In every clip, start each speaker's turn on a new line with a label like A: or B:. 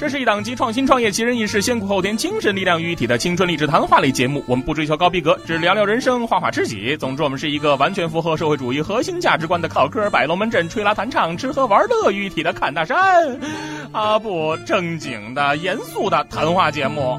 A: 这是一档集创新、创业、奇人异事、先苦后甜、精神力量于一体的青春励志谈话类节目。我们不追求高逼格，只聊聊人生，画画知己。总之，我们是一个完全符合社会主义核心价值观的考科摆龙门阵、吹拉弹唱、吃喝玩乐于一体的侃大山。啊不，正经的、严肃的谈话节目。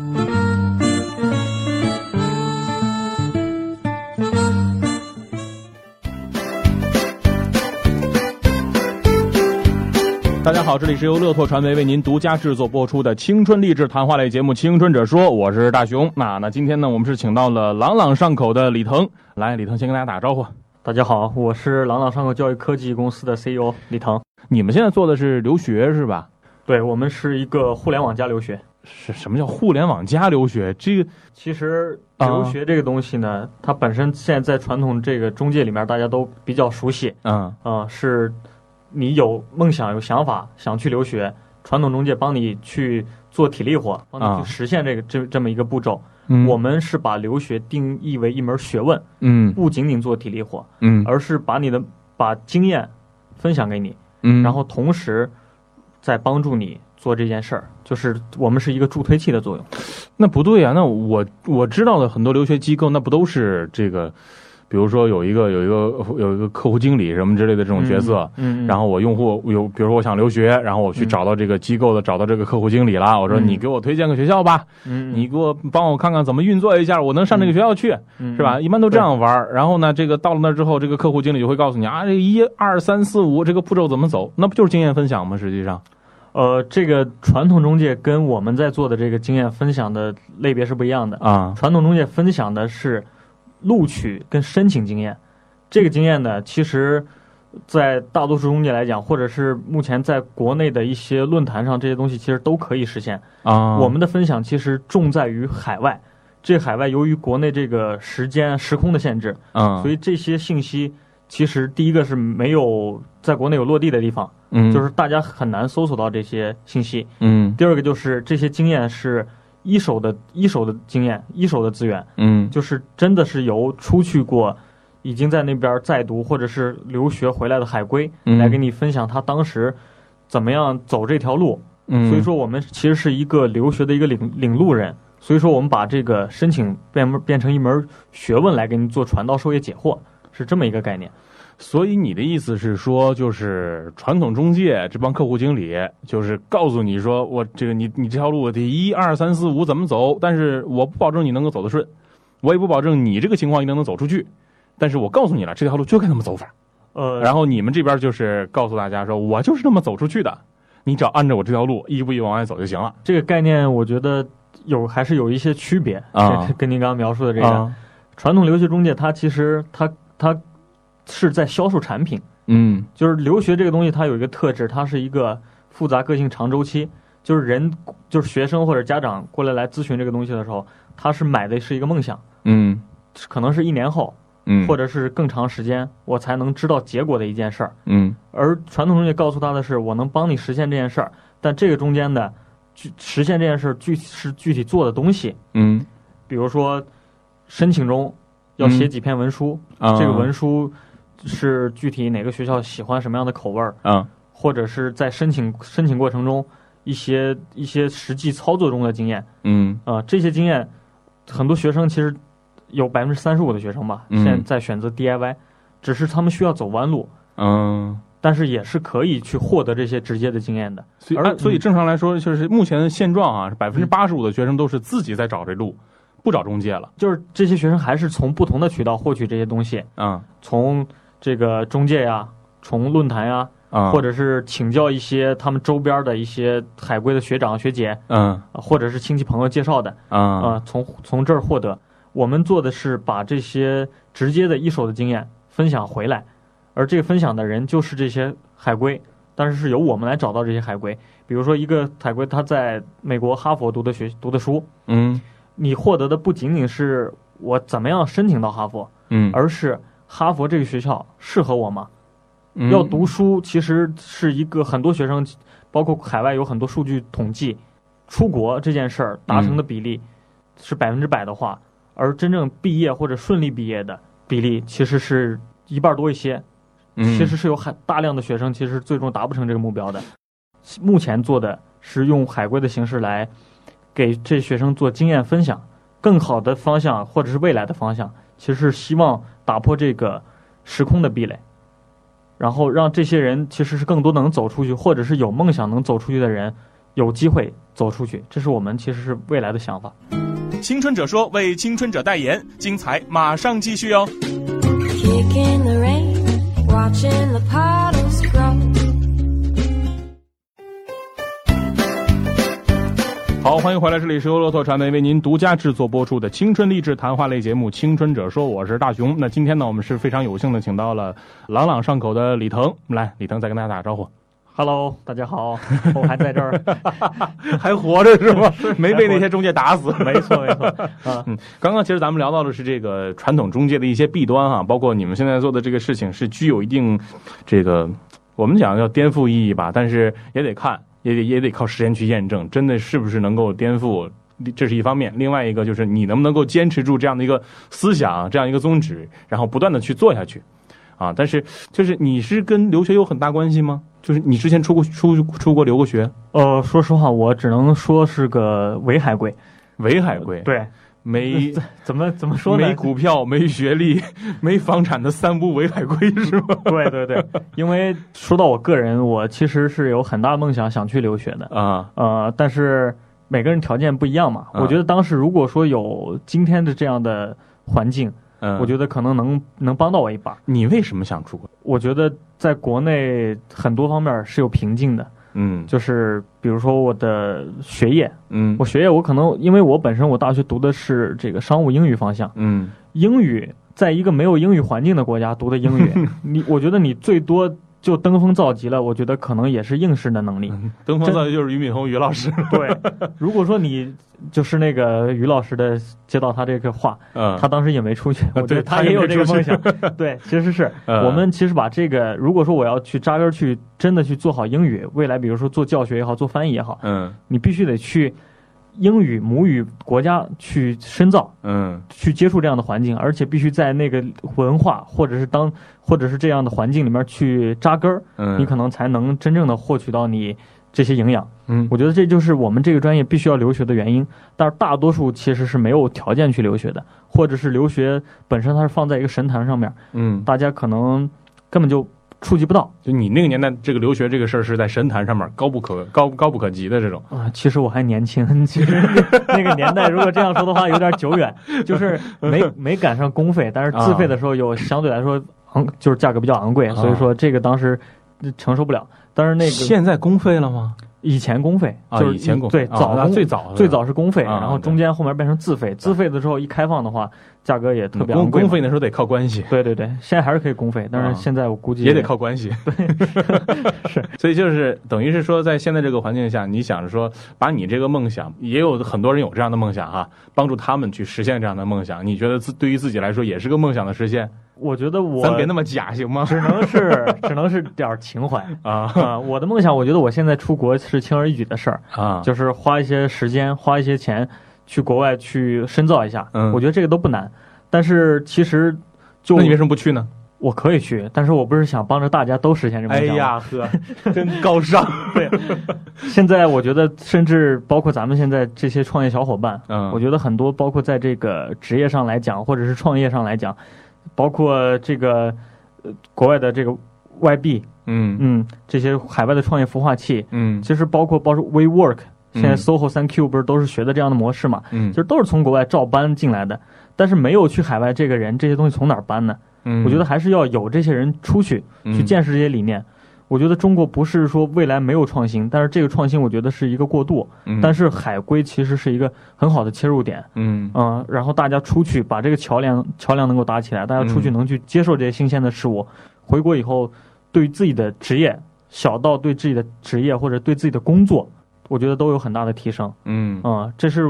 A: 大家好，这里是由乐拓传媒为您独家制作播出的青春励志谈话类节目《青春者说》，我是大啊熊。那那今天呢，我们是请到了朗朗上口的李腾，来，李腾先跟大家打个招呼。
B: 大家好，我是朗朗上口教育科技公司的 CEO 李腾。
A: 你们现在做的是留学是吧？
B: 对我们是一个互联网加留学。
A: 是什么叫互联网加留学？这个
B: 其实留学这个东西呢，它本身现在在传统这个中介里面大家都比较熟悉
A: 嗯
B: 啊、是你有梦想、有想法，想去留学，传统中介帮你去做体力活，帮你
A: 啊
B: 去实现这个、这这么一个步骤。
A: 嗯
B: 我们是把留学定义为一门学问，
A: 嗯
B: 不仅仅做体力活，
A: 嗯
B: 而是把你的把经验分享给你。
A: 嗯，
B: 然后同时在帮助你做这件事儿，就是我们是一个助推器的作用。
A: 那不对呀、啊那我我知道的很多留学机构，那不都是这个，比如说有一个有一个有一个客户经理什么之类的这种角色，
B: 嗯，嗯，
A: 然后我用户有，比如说我想留学，然后我去
B: 嗯
A: 找到这个机构的，找到这个客户经理啦，我说
B: 嗯
A: 你给我推荐个学校吧，
B: 嗯
A: 你给我帮我看看怎么运作一下，我能上这个学校去，
B: 嗯
A: 是吧？？一般都这样玩儿。然后呢，这个到了那儿之后，这个客户经理就会告诉你啊，这一二三四五这个步骤怎么走，那不就是经验分享吗？实际上，
B: 呃，这个传统中介跟我们在做的这个经验分享的类别是不一样的。
A: 啊，
B: 传统中介分享的是录取跟申请经验，这个经验呢，其实。在大多数中介来讲，或者是目前在国内的一些论坛上，这些东西其实都可以实现。
A: 啊，
B: 我们的分享其实重在于海外，这海外由于国内这个时间时空的限制，
A: 啊，
B: 所以这些信息其实第一个是没有在国内有落地的地方，
A: 嗯，
B: 就是大家很难搜索到这些信息。
A: 嗯
B: 第二个就是这些经验是一手的一手的经验，一手的资源，
A: 嗯
B: 就是真的是由出去过。已经在那边在读或者是留学回来的海归
A: 嗯
B: 来给你分享他当时怎么样走这条路，
A: 嗯，
B: 所以说我们其实是一个留学的一个领领路人，所以说我们把这个申请变门变成一门学问来给您做传道授业解惑，是这么一个概念。
A: 所以你的意思是说，就是传统中介这帮客户经理，就是告诉你说，我这个你你这条路得一二三四五怎么走，但是我不保证你能够走得顺，我也不保证你这个情况一定能走出去，但是我告诉你了，这条路就该这么走法。
B: 呃，
A: 然后你们这边就是告诉大家说，我就是这么走出去的，你只要按照我这条路一步一步往外走就行了。
B: 这个概念我觉得有还是有一些区别
A: 啊
B: 这跟您刚刚描述的这个、
A: 啊，
B: 传统留学中介，它其实它它是在销售产品，
A: 嗯
B: 就是留学这个东西，它有一个特质，它是一个复杂个性长周期。就是人，就是学生或者家长过来来咨询这个东西的时候，他是买的是一个梦想，
A: 嗯
B: 可能是一年后，
A: 嗯，
B: 或
A: 者
B: 者是更长时间，我才能知道结果的一件事儿。
A: 嗯
B: 而传统中介告诉他的是，我能帮你实现这件事儿，但这个中间的具实现这件事儿具是具体做的东西，
A: 嗯
B: 比如说申请中要写几篇文书，
A: 啊，
B: 这个文书是具体哪个学校喜欢什么样的口味儿，
A: 啊
B: 或者是在申请申请过程中一些一些实际操作中的经验
A: 嗯
B: 啊、这些经验很多学生其实有百分之三十五的学生吧，
A: 嗯
B: 现在在选择 DIY，只是他们需要走弯路，
A: 嗯。
B: 但是也是可以去获得这些直接的经验的。
A: 所以，
B: 而
A: 按
C: 嗯
A: 所以正常来说，就是目前现状啊，百分之
B: 嗯
A: 八十五的学生都是自己在找这路，不找中介了。
B: 就是这些学生还是从不同的渠道获取这些东西，
A: 啊
B: 从这个中介呀、从论坛呀，
A: 啊，
B: 或
A: 者
B: 者是请教一些他们周边的一些海归的学长学姐，
A: 嗯
B: 啊或者是亲戚朋友介绍的啊、
A: 啊
B: 从从这儿获得。我们做的是把这些直接的一手的经验分享回来，而这个分享的人就是这些海归，但是是由我们来找到这些海归。比如说，一个海归他在美国哈佛读的学读的书，
A: 嗯
B: 你获得的不仅仅是我怎么样申请到哈佛，
A: 嗯，
B: 而是哈佛这个学校适合我吗？
A: 嗯
B: 要读书其实是一个很多学生，包括海外有很多数据统计，出国这件事儿达成的比例是百分之百的话，而真正毕业或者顺利毕业的比例其实是一半多一些。
A: 嗯
B: 其实是有很大量的学生其实最终达不成这个目标的。目前做的是用海归的形式来给这学生做经验分享。更好的方向或者是未来的方向，其实是希望打破这个时空的壁垒，然后让这些人其实是更多能走出去，或者是有梦想能走出去的人有机会走出去。这是我们其实是未来的想法。
C: 青春者说为青春者代言，精彩马上继续哦。
D: Kicking the rain, watching the puddles grow.
A: 好，欢迎回来，这里是由骆驼传媒为您独家制作播出的青春励志谈话类节目《青春者说》，我是大熊。那今天呢，我们是非常有幸的请到了朗朗上口的李腾，来，李腾再跟大家打个招呼，
B: Hello，大家好，我还在这儿。 哦
A: 还活着是吗？没被那些中介打死。
B: 没错，没错啊，
A: 嗯，刚刚其实咱们聊到的是这个传统中介的一些弊端啊，包括你们现在做的这个事情是具有一定这个我们讲叫颠覆意义吧，但是也得看，也得也得靠时间去验证，真的是不是能够颠覆，这是一方面。另外一个就是你能不能够坚持住这样的一个思想，啊这样一个宗旨，然后不断的去做下去。啊，但是就是你是跟留学有很大关系吗？就是你之前出过出出国留过学，
B: 呃，说实话，我只能说是个伪海归。
A: 伪海归，
B: 对，
A: 没
B: 怎么怎么 说呢
A: 没？股票、没学历、没房产的三不为海归是吗？
B: 对对对，因为说到我个人，我其实是有很大梦想想去留学的。
A: 啊，
B: 呃，但是每个人条件不一样嘛。
A: 嗯
B: 我觉得当时如果说有今天的这样的环境，
A: 嗯，
B: 我
A: 得
B: 觉得可能能能帮到我一把。
A: 你为什么想出国？
B: 我觉得在国内很多方面是有瓶颈的，
A: 嗯
B: 就是比如说我的学业，
A: 嗯
B: 我学业我可能因为我本身我大学读的是这个商务英语方向，
A: 嗯
B: 英语在一个没有英语环境的国家读的 英语，你我觉得你最多就登峰造极了，我觉得可能也是应试的能力。
A: 嗯，登峰造极就是俞敏洪于老 师，
B: 对，如果说你就是那个于老师的接到他这个话，
A: 嗯
B: 他当时也没出去，我觉
A: 对
B: 得
A: 他也
B: 也有
A: 没
B: 这个
A: 出
B: 梦想。 对，其实是
A: 嗯
B: 我们其实把这个，如果说我要去扎根去真的去做好英语，未来比如说做教学也好，做翻译也好，
A: 嗯
B: 你必须得去英语母语国家去深造。
A: 嗯
B: 去接触这样的环境，而且必须在那个文化或者是当或者是这样的环境里面去扎根儿，
A: 嗯，
B: 你可能才能真正的获取到你这些营养。
A: 嗯
B: 我觉得这就是我们这个专业必须要留学的原因。但是大多数其实是没有条件去留学的，或者是留学本身它是放在一个神坛上面，
A: 嗯，
B: 大家可能根本就触及不到
A: 就你那个年代，这个留学这个事儿是在神坛上面高不可高高不可及的这种，
B: 啊、其实我还年轻， 其实那个年代如果这样说的话有点久 远，就是没没赶上公费，但是自费的时候有相对来说昂，就是价格比较昂贵，
A: 啊
B: 所以说这个当时承受不了。但是那个
A: 现在公费了吗？
B: 以前公费
A: 啊，
B: 就是
A: 以前公
B: 对
A: 啊
B: 早
A: 那
B: 公
A: 最早
B: 最早是公费，
A: 啊
B: 然后
A: 对
B: 中间后面变成自费，自费的时候一开放的话，价格也特
A: 嗯
B: 别昂
A: 公
B: 贵嘛。
A: 公费那时候得靠关系。
B: 对对对，现在还是可以公费，但
A: 啊
B: 是现在我估计
A: 也得靠关系， 对，
B: 嗯是，
A: 所以就是等于是说，在现在这个环境下，你想着说，把你这个梦想，也有很多人有这样的梦想啊，帮助他们去实现这样的梦想，你觉得自对于自己来说也是个梦想的实现？
B: 我觉得我
A: 咱别那么假行吗？
B: 只能是只能是点儿情怀
A: 啊
B: 啊！我的梦想，我觉得我现在出国是轻而易举的事儿，
A: 啊，
B: 就是花一些时间，花一些钱去国外去深造一下。
A: 嗯
B: 我觉得这个都不难。但是其实就
A: 那你为什么不去呢？
B: 我可以去，但是我不是想帮着大家都实现这梦
A: 哎
B: 想。，
A: 呀呵，真高尚。
B: 现在我觉得，甚至包括咱们现在这些创业小伙伴，
A: 嗯
B: 我觉得很多，包括在这个职业上来讲，或者是创业上来讲，包括这个、呃、国外的这个外币，
A: 嗯
B: 嗯，这些海外的创业孵化器，
A: 嗯
B: 其实包括包括 WeWork，现在
A: 嗯
B: SOHO 三 Q 不是都是学的这样的模式嘛？
A: 嗯
B: 其实都是从国外照搬进来的，但是没有去海外，这个人这些东西从哪儿搬呢？
A: 嗯
B: 我觉得还是要有这些人出去去
A: 嗯
B: 见识这些理念。我觉得中国不是说未来没有创新，但是这个创新我觉得是一个过渡，
A: 嗯
B: 但是海归其实是一个很好的切入点，
A: 嗯
B: 嗯、然后大家出去把这个桥梁桥梁能够搭起来，大家出去
A: 嗯
B: 能去接受这些新鲜的事物，回国以后对于自己的职业，小到对自己的职业或者对自己的工作，我觉得都有很大的提升。
A: 嗯
B: 啊、这是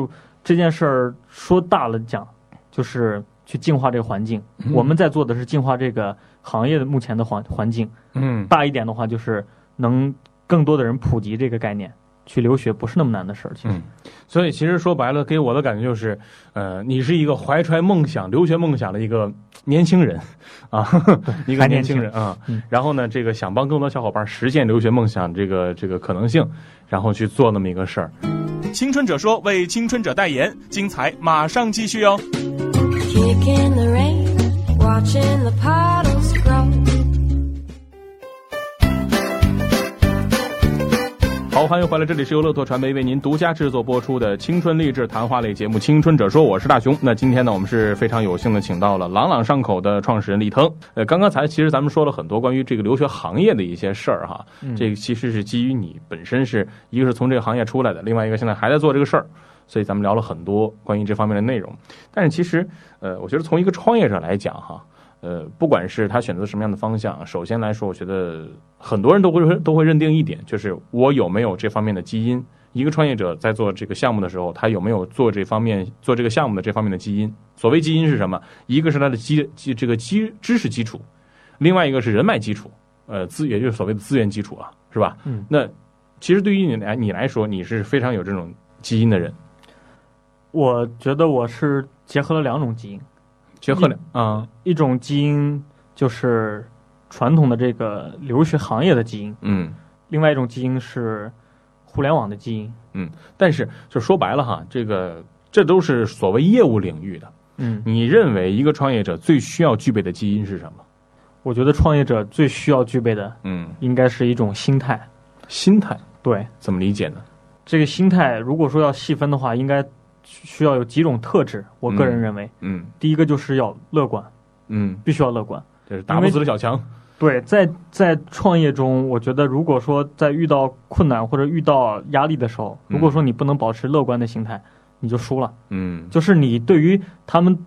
B: 这件事儿说大了讲，就是去净化这个环境。
A: 嗯
B: 我们在做的是净化这个行业的目前的环环境。
A: 嗯
B: 大一点的话，就是能更多的人普及这个概念。去留学不是那么难的事儿。其实，
A: 嗯所以其实说白了，给我的感觉就是，呃，你是一个怀揣梦想、留学梦想的一个年轻人啊，一个
B: 还
A: 年
B: 年
A: 轻
B: 轻
A: 人啊。
B: 嗯
A: 然后呢，这个想帮更多小伙伴实现留学梦想这个这个可能性，然后去做那么一个事儿。
C: 青春者说为青春者代言，精彩马上继续哦。
D: Kick in the rain, watching the puddles grow.
A: 好，欢迎回来，这里是由乐拓传媒为您独家制作播出的青春励志谈话类节目《青春者说》，我是大熊。那今天呢，我们是非常有幸的请到了朗朗上口的创始人李腾。呃，刚刚才其实咱们说了很多关于这个留学行业的一些事儿哈，
B: 嗯
A: 这个其实是基于你本身是一个是从这个行业出来的，另外一个现在还在做这个事儿。所以咱们聊了很多关于这方面的内容，但是其实，呃，我觉得从一个创业者来讲，哈，呃，不管是他选择什么样的方向，首先来说，我觉得很多人都会都会认定一点，就是我有没有这方面的基因。一个创业者在做这个项目的时候，他有没有做这方面做这个项目的这方面的基因？所谓基因是什么？一个是他的基基这个基知识基础，另外一个是人脉基础，呃，资也就是所谓的资源基础啊，是吧？
B: 嗯，
A: 那其实对于你来你来说，你是非常有这种基因的人，
B: 我觉得我是结合了两种基因，
A: 结合了啊，
B: 一种基因就是传统的这个留学行业的基因，
A: 嗯。
B: 另外一种基因是互联网的基因。
A: 但是就说白了哈，这个这都是所谓业务领域的。
B: 嗯，
A: 你认为一个创业者最需要具备的基因是什么？
B: 我觉得创业者最需要具备的
A: 嗯，
B: 应该是一种心态。
A: 心态
B: 对，
A: 怎么理解呢？
B: 这个心态如果说要细分的话，应该需要有几种特质。我个人认为，
A: 嗯
B: 第一个就是要乐观，
A: 嗯，
B: 必须要乐观。
A: 这是打不死的小强。
B: 对，在在创业中，我觉得如果说在遇到困难或者遇到压力的时候，
A: 嗯
B: 如果说你不能保持乐观的心态，你就输了。
A: 嗯
B: 就是你对于他们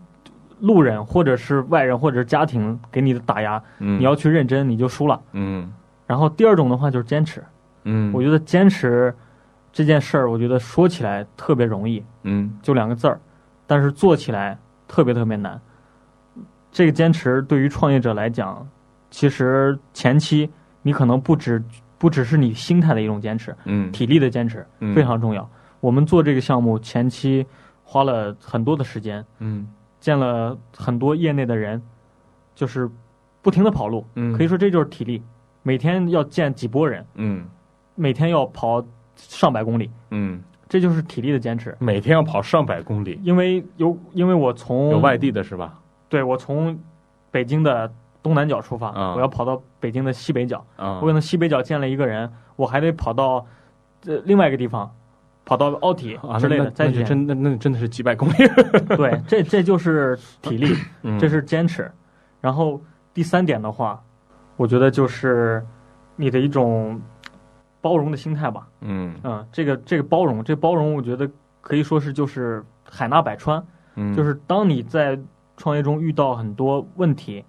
B: 路人或者是外人或者是家庭给你的打压，
A: 嗯，
B: 你要去认真，你就输了。
A: 嗯
B: 然后第二种的话就是坚持，
A: 嗯，
B: 我觉得坚持这件事儿，我觉得说起来特别容易，
A: 嗯
B: 就两个字儿，但是做起来特别特别难。这个坚持对于创业者来讲，其实前期你可能不只不只是你心态的一种坚持，
A: 嗯
B: 体力的坚持
A: 嗯
B: 非常重要。我们做这个项目前期花了很多的时间，
A: 嗯
B: 见了很多业内的人，就是不停的跑路，
A: 嗯
B: 可以说这就是体力，每天要见几波人，
A: 嗯
B: 每天要跑上百公里，
A: 嗯，
B: 这就是体力的坚持。
A: 每天要跑上百公里，
B: 因为有，因为我从
A: 有外地的是吧？
B: 对我从北京的东南角出发，
A: 啊
B: 我要跑到北京的西北角。
A: 啊
B: 我可能西北角见了一个人，我还得跑到呃另外一个地方，跑到奥体
A: 啊，
B: 之类的、
A: 那
B: 再
A: 那就
B: 见。
A: 真那那真的是几百公里。
B: 对，这这就是 体力，
A: 嗯
B: 这是坚持。然后第三点的话，我觉得就是你的一种包容的心态吧。
A: 嗯
B: 嗯，这个这个包容，这包容，我觉得可以说是就是海纳百川。
A: 嗯，
B: 就是当你在创业中遇到很多问题，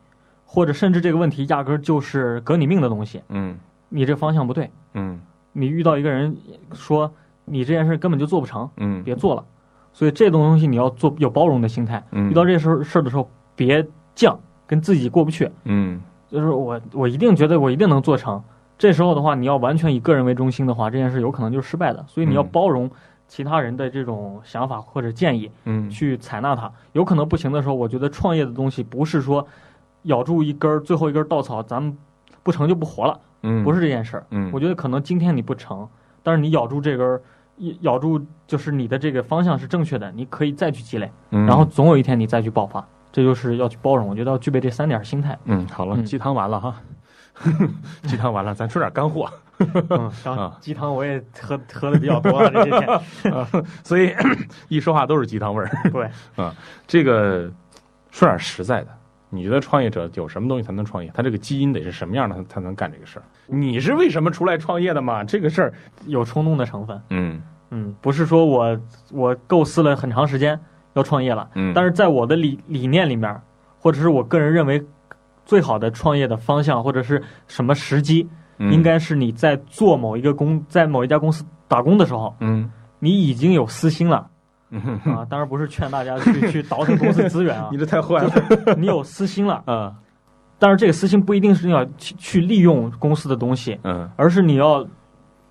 B: 或者甚至这个问题压根儿就是革你命的东西，
A: 嗯
B: 你这方向不对，
A: 嗯
B: 你遇到一个人说你这件事根本就做不成，
A: 嗯，
B: 别做了。所以这种东西你要做有包容的心态，
A: 嗯
B: 遇到这事儿事儿的时候别犟，跟自己过不去，
A: 嗯
B: 就是我我一定觉得我一定能做成。这时候的话，你要完全以个人为中心的话，这件事有可能就是失败的。所以你要
A: 嗯
B: 包容其他人的这种想法或者建议，
A: 嗯
B: 去采纳它。有可能不行的时候，我觉得创业的东西不是说咬住一根儿最后一根稻草，咱们不成就不活了，
A: 嗯
B: 不是这件事儿。
A: 嗯
B: 我觉得可能今天你不成，但是你咬住这根儿，一咬住就是你的这个方向是正确的，你可以再去积累，
A: 嗯
B: 然后总有一天你再去爆发。这就是要去包容，我觉得要具备这三点儿心态。
A: 嗯，好了，
B: 嗯
A: 鸡汤完了哈，鸡汤完了，咱说点干货。
B: 嗯，
A: 啊
B: 刚鸡汤我也喝喝的比较多了这些天。
A: 所以一说话都是鸡汤味儿。
B: 对，
A: 这个说点实在的，你觉得创业者有什么东西才能创业？他这个基因得是什么样的，他才能干这个事儿？你是为什么出来创业的嘛？这个事儿，
B: 有冲动的成分。
A: 嗯
B: 嗯，不是说我我构思了很长时间要创业了，
A: 嗯
B: 但是在我的理理念里面，或者是我个人认为最好的创业的方向或者是什么时机，
A: 嗯
B: 应该是你在做某一个公在某一家公司打工的时候，
A: 嗯
B: 你已经有私心了
A: 嗯哼哼，
B: 啊！当然不是劝大家去去倒腾公司资源啊
A: 你，这太坏了
B: 你有私心了，
A: 啊！
B: 但是这个私心不一定是你要去去利用公司的东西，
A: 嗯
B: 而是你要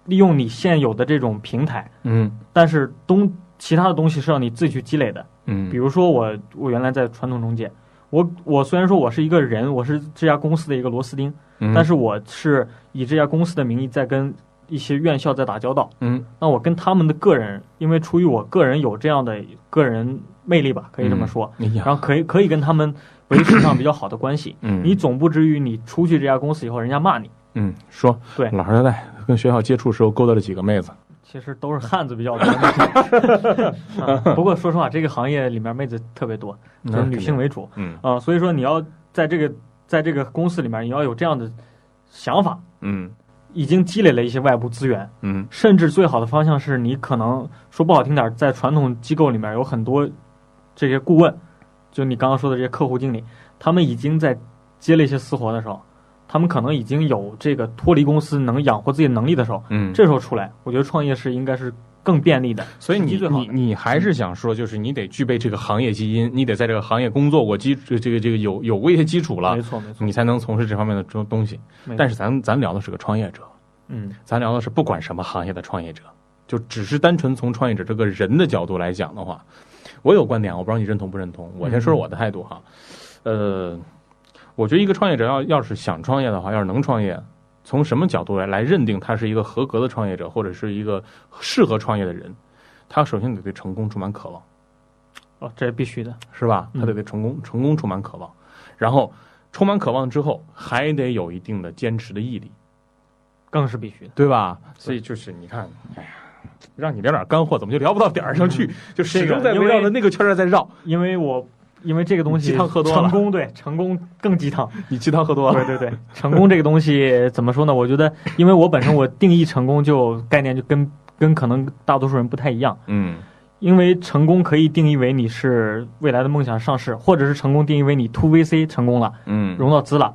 B: 利用你现有的这种平台，
A: 嗯
B: 但是东其他的东西是让你自己去积累的。
A: 嗯
B: 比如说我我原来在传统中介，我我虽然说我是一个人，我是这家公司的一个螺丝钉，
A: 嗯
B: 但是我是以这家公司的名义在跟一些院校在打交道。
A: 嗯
B: 那我跟他们的个人，因为出于我个人有这样的个人魅力吧，可以这么说，
A: 哎呀
B: 然后可以可以跟他们维持上比较好的关系。
A: 嗯
B: 你总不至于你出去这家公司以后，人家骂你。
A: 嗯说
B: 对
A: 老实交代，跟学校接触时候勾搭了几个妹子，
B: 其实都是汉子比较多、 啊不过说实话，这个行业里面妹子特别多，就是女性为主
A: 嗯
B: 啊、所以说你要在这个在这个公司里面，你要有这样的想法，
A: 嗯
B: 已经积累了一些外部资源，
A: 嗯
B: 甚至最好的方向是你可能说不好听点儿，在传统机构里面有很多这些顾问，就你刚刚说的这些客户经理，他们已经在接了一些私活的时候，他们可能已经有这个脱离公司能养活自己的能力的时候，
A: 嗯
B: 这时候出来，我觉得创业是应该是更便利的。
A: 所以
B: 时
A: 你
B: 机最好
A: 你
B: 的
A: 你还是想说，就是你得具备这个行业基因，你得在这个行业工作过基这个这个这个有有过一些基础了
B: 没，错没错，
A: 你才能从事这方面的东东西
B: 没错。
A: 但是咱咱聊的是个创业者，
B: 嗯
A: 咱聊的是不管什么行业的创业者，就只是单纯从创业者这个人的角度来讲的话，我有观点，我不知道你认同不认同。我先说
B: 嗯
A: 说我的态度哈，呃，我觉得一个创业者要要是想创业的话，要是能创业，从什么角度来来认定他是一个合格的创业者，或者是一个适合创业的人，他首先得对成功充满渴望。
B: 哦，这必须的，
A: 是吧？
B: 嗯
A: 他得对成功成功充满渴望，然后充满渴望之后，还得有一定的坚持的毅力，
B: 更是必须的。
A: 对吧？所以就是你看，哎呀，让你聊点干货，怎么就聊不到点儿上去？就始终在围绕着嗯那个圈儿在绕。
B: 因为我因为这个东西
A: 鸡汤喝多了
B: 成功对成功更鸡汤。
A: 你鸡汤喝多了，
B: 对对对，成功这个东西怎么说呢？我觉得，因为我本身我定义成功就概念就跟跟可能大多数人不太一样，
A: 嗯
B: 因为成功可以定义为你是未来的梦想上市，或者是成功定义为你 to VC 成功了，
A: 嗯
B: 融到资了。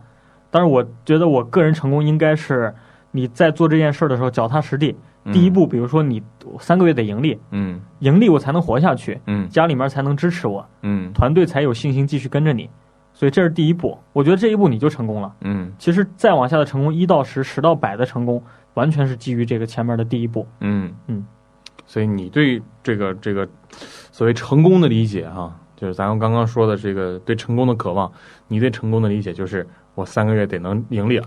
B: 但是我觉得我个人成功应该是你在做这件事儿的时候脚踏实地。第一，步，比如说你三个月得盈利，
A: 嗯
B: 盈利我才能活下去，
A: 嗯
B: 家里面才能支持我，
A: 嗯
B: 团队才有信心继续跟着你。所以这是第一步，我觉得这一步你就成功了。
A: 嗯
B: 其实再往下的成功，一到十，十到百的成功，完全是基于这个前面的第一步。
A: 嗯
B: 嗯，
A: 所以你对这个这个所谓成功的理解哈、就是咱们刚刚说的这个对成功的渴望，你对成功的理解就是我三个月得能盈利了，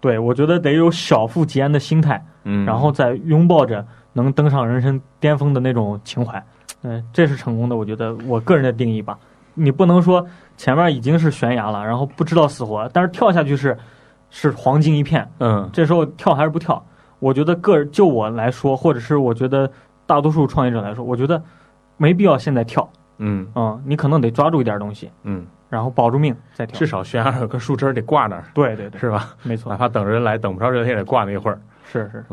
B: 对，我觉得得有小富即安的心态，
A: 嗯
B: 然后再拥抱着能登上人生巅峰的那种情怀。嗯、这是成功的，我觉得我个人的定义吧。你不能说前面已经是悬崖了，然后不知道死活，但是跳下去是是黄金一片，
A: 嗯
B: 这时候跳还是不跳？我觉得个人就我来说，或者是我觉得大多数创业者来说，我觉得没必要现在跳。
A: 嗯
B: 嗯，你可能得抓住一点东西，
A: 嗯，
B: 然后保住命再跳。
A: 至少悬崖有个树枝儿得挂那儿，
B: 对对对，
A: 是啊吧？
B: 没
A: 哪
B: 错，
A: 怕等人来，等不着人也得挂那一会儿。
B: 是是，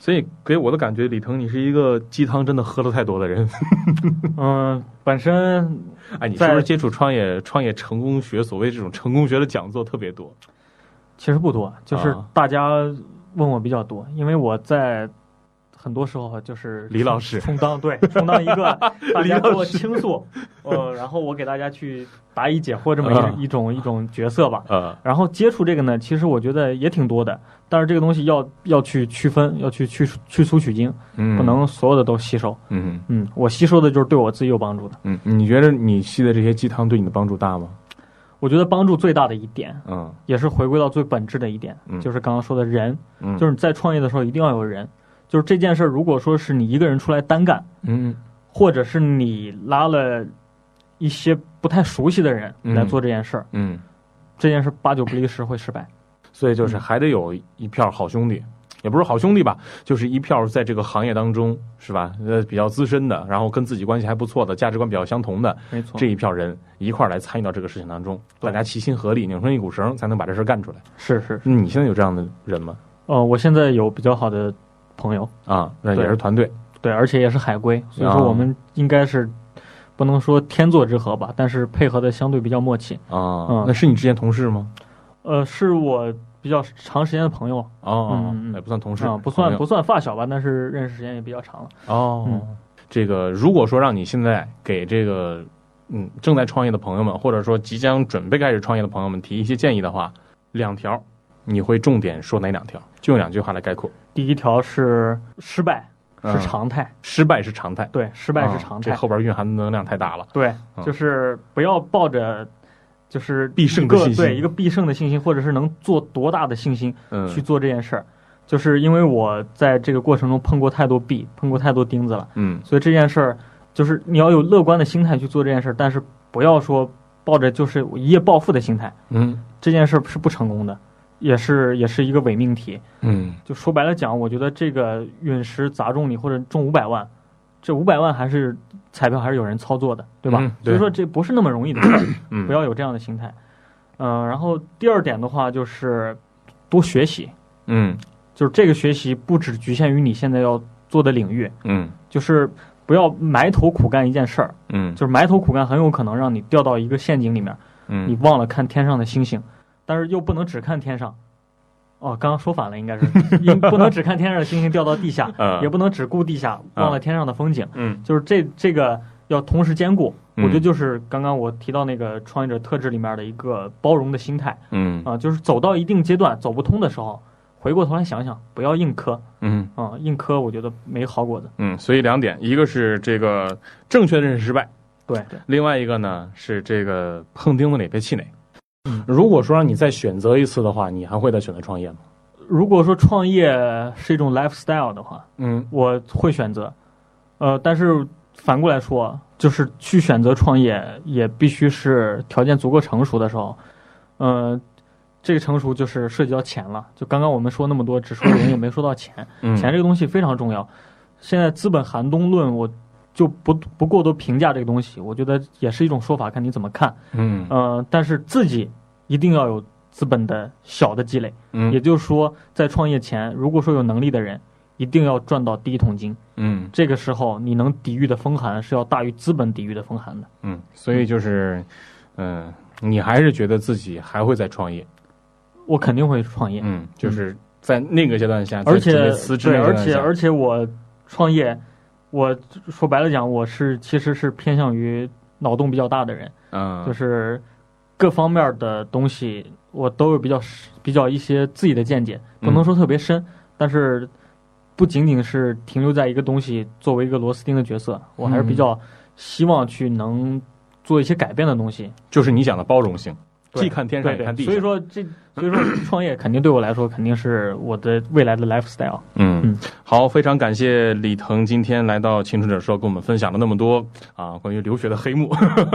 A: 所以给我的感觉，李腾，你是一个鸡汤真的喝了太多的人。
B: 嗯，本身
A: 哎，你是不
B: 在
A: 是接触创业、创业成功学，所谓这种成功学的讲座特别多？
B: 其实不多，就是
A: 啊
B: 大家问我比较多，因为我在很多时候就是
A: 李老师
B: 充当对充当一 个大
A: 李
B: 家
A: 老
B: 给我倾诉，呃，然后我给大家去答疑解惑这么一个
A: 啊
B: 一种一种角色吧。
A: 呃，
B: 然后接触这个呢，其实我觉得也挺多的，但是这个东西要要去区分，要去去去粗取精，
A: 嗯
B: 不，能所有的都吸收。
A: 嗯
B: 嗯，我吸收的就是对我自己有帮助的。
A: 嗯，你觉得你吸的这些鸡汤对你的帮助大吗？
B: 我觉得帮助最大的一点，
A: 嗯
B: 也是回归到最本质的一点，
A: 嗯
B: 就是刚刚说的人，
A: 嗯，
B: 就是你在创业的时候一定要有人。就是这件事儿，如果说是你一个人出来单干，
A: 嗯
B: 或者是你拉了一些不太熟悉的人
A: 嗯
B: 来做这件事儿，
A: 嗯，
B: 这件事八九不离十会失败。
A: 所以就是还得有一票好兄弟，也不是好兄弟吧，就是一票在这个行业当中是吧？呃，比较资深的，然后跟自己关系还不错的，价值观比较相同的，
B: 没错
A: 这一票人一块儿来参与到这个事情当中，大
B: 对
A: 家齐心合力，拧成一股绳，才能把这事儿干出来。
B: 是是，
A: 嗯你现在有这样的人吗？
B: 呃，我现在有比较好的朋友，
A: 啊，那
B: 对
A: 也是团队。
B: 对，而且也是海归，所以
A: 啊
B: 说我们应该是不能说天作之合吧，但是配合的相对比较默契。
A: 啊，
B: 嗯
A: 那是你之前同事吗？
B: 呃，是我比较长时间的朋友，
A: 哦，
B: 嗯嗯嗯
A: 也不算同事
B: 啊，不
A: 朋
B: 算
A: 友
B: 不算发小吧，但是认识时间也比较长了。
A: 哦。
B: 嗯
A: 这个如果说让你现在给这个嗯正在创业的朋友们，或者说即将准备开始创业的朋友们提一些建议的话，两条，你会重点说哪两条？就用两句话来概括。
B: 第一条是失败是
A: 嗯
B: 常态，
A: 失败是常态，
B: 对，失败
A: 啊
B: 是常
A: 这
B: 态，
A: 后边蕴含的能量太大了。
B: 对，
A: 嗯
B: 就是不要抱着就是
A: 必胜
B: 一
A: 的
B: 个
A: 信心
B: 对一个必胜的信心，或者是能做多大的信心
A: 嗯
B: 去做这件事儿。就是因为我在这个过程中碰过太多壁，碰过太多钉子了，
A: 嗯
B: 所以这件事儿就是你要有乐观的心态去做这件事儿，但是不要说抱着就是一夜暴富的心态，
A: 嗯
B: 这件事儿是不成功的，也是也是一个伪命题。
A: 嗯
B: 就说白了讲，我觉得这个陨石砸中你或者中五百万，这五百万还是彩票还是有人操作的，对吧？
A: 嗯
B: 所
A: 对
B: 以说这不是那么容易的事儿，
A: 嗯，
B: 不要有这样的心态。嗯、然后第二点的话就是多学习，
A: 嗯
B: 就是这个学习不只局限于你现在要做的领域，
A: 嗯
B: 就是不要埋头苦干一件事儿，
A: 嗯
B: 就是埋头苦干很有可能让你掉到一个陷阱里面，你
A: 嗯，
B: 忘了看天上的星星，但是又不能只看天上。哦，刚刚说反了，应该是，因不能只看天上的星星掉到地下，
A: 呃
B: 也不能只顾地下，忘了天上的风景。
A: 嗯
B: 就是这这个要同时兼顾。我
A: 嗯
B: 觉得就是刚刚我提到那个创业者特质里面的一个包容的心态
A: 嗯
B: 啊、就是走到一定阶段走不通的时候，回过头来想想，不要硬磕
A: 嗯
B: 啊、硬磕我觉得没好果子。
A: 嗯，所以两点，一个是这个正确认识失败，
B: 对，
A: 另外一个呢是这个碰钉子里别气馁。
B: 嗯
E: 如果说让你再选择一次的话，你还会再选择创业吗？
B: 如果说创业是一种 lifestyle 的话，
A: 嗯
B: 我会选择，呃，但是反过来说，就是去选择创业也必须是条件足够成熟的时候，呃，这个成熟就是涉及到钱了。就刚刚我们说那么多，只说人也没说到钱，
A: 嗯
B: 钱这个东西非常重要。现在资本寒冬论，我就不不过多评价这个东西，我觉得也是一种说法，看你怎么看。
A: 嗯
B: 呃，但是自己一定要有资本的小的积累，也
A: 嗯
B: 就是说，在创业前，如果说有能力的人，一定要赚到第一桶金。
A: 嗯
B: 这个时候你能抵御的风寒是要大于资本抵御的风寒的。
A: 嗯，所以就是嗯，你还是觉得自己还会再创业。
B: 我肯定会创业，
A: 嗯，就是在那个阶段下，
B: 而
A: 在准
B: 且
A: 备辞职
B: 对，
A: 那个
B: 而
A: 阶段
B: 且
A: 下
B: 而且我创业，我说白了讲，我是其实是偏向于脑洞比较大的人，
A: 嗯，
B: 就是各方面的东西我都有比较比较一些自己的见解，不能说特别
A: 嗯
B: 深，但是不仅仅是停留在一个东西作为一个螺丝钉的角色，我还是比较希望去能做一些改变的东西。
A: 就是你讲的包容性，
B: 对
A: 既看天上
B: 对
A: 也看地
B: 对，所以
A: 上。
B: 说这，所以说创业肯定对我来说肯定是我的未来的 lifestyle。
A: 嗯
B: 嗯，
A: 好，非常感谢李腾今天来到《青春者说》，跟我们分享了那么多啊，关于留学的黑幕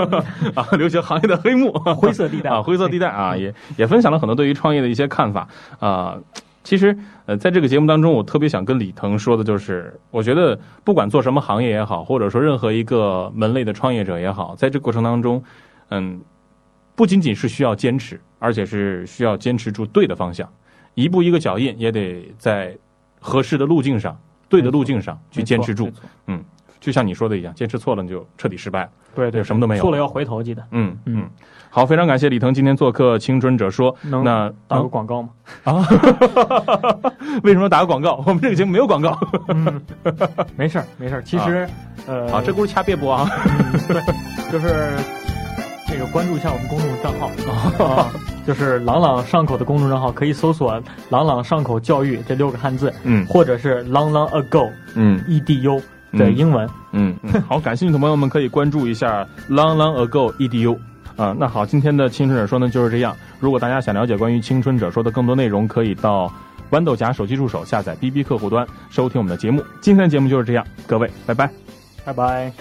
A: 啊，留学行业的黑幕，
B: 灰色地 带
A: 啊，灰色地带啊，
B: 嗯
A: 也也分享了很多对于创业的一些看法啊。其实，呃，在这个节目当中，我特别想跟李腾说的就是，我觉得不管做什么行业也好，或者说任何一个门类的创业者也好，在这个过程当中，嗯，不仅仅是需要坚持，而且是需要坚持住对的方向，一步一个脚印，也得在合适的路径上、对的路径上 去坚持住
B: 没。错，没错
A: 就像你说的一样，坚持错了你就彻底失败了，
B: 对对，
A: 就什么都没有。
B: 错了要回头，记得
A: 嗯嗯
B: 嗯，
A: 好，非常感谢李腾今天做客《青春者说》。
B: 能
A: 那
B: 打个
A: 嗯
B: 广告吗？
A: 为什么要打个广告？我 们这个节目没有广告。
B: 嗯，没事儿没事儿。其实，呃，
A: 啊好，这故事掐别播啊。
B: 嗯对，就是这个关注一下我们公众账号， 啊就是朗朗上口的公众账号，可以搜索“朗朗上口教育”这六个汉字，
A: 嗯
B: 或者是 “long long ago
A: 嗯
B: edu” e 的英文。
A: 嗯嗯，好，感兴趣的朋友们可以关注一下 Long Long Ago Edu。啊、那好，今天的《青春者说》呢就是这样。如果大家想了解关于《青春者说》的更多内容，可以到豌豆荚手机助手下载 B B 客户端收听我们的节目。今天的节目就是这样，各位，拜拜。
B: 拜拜。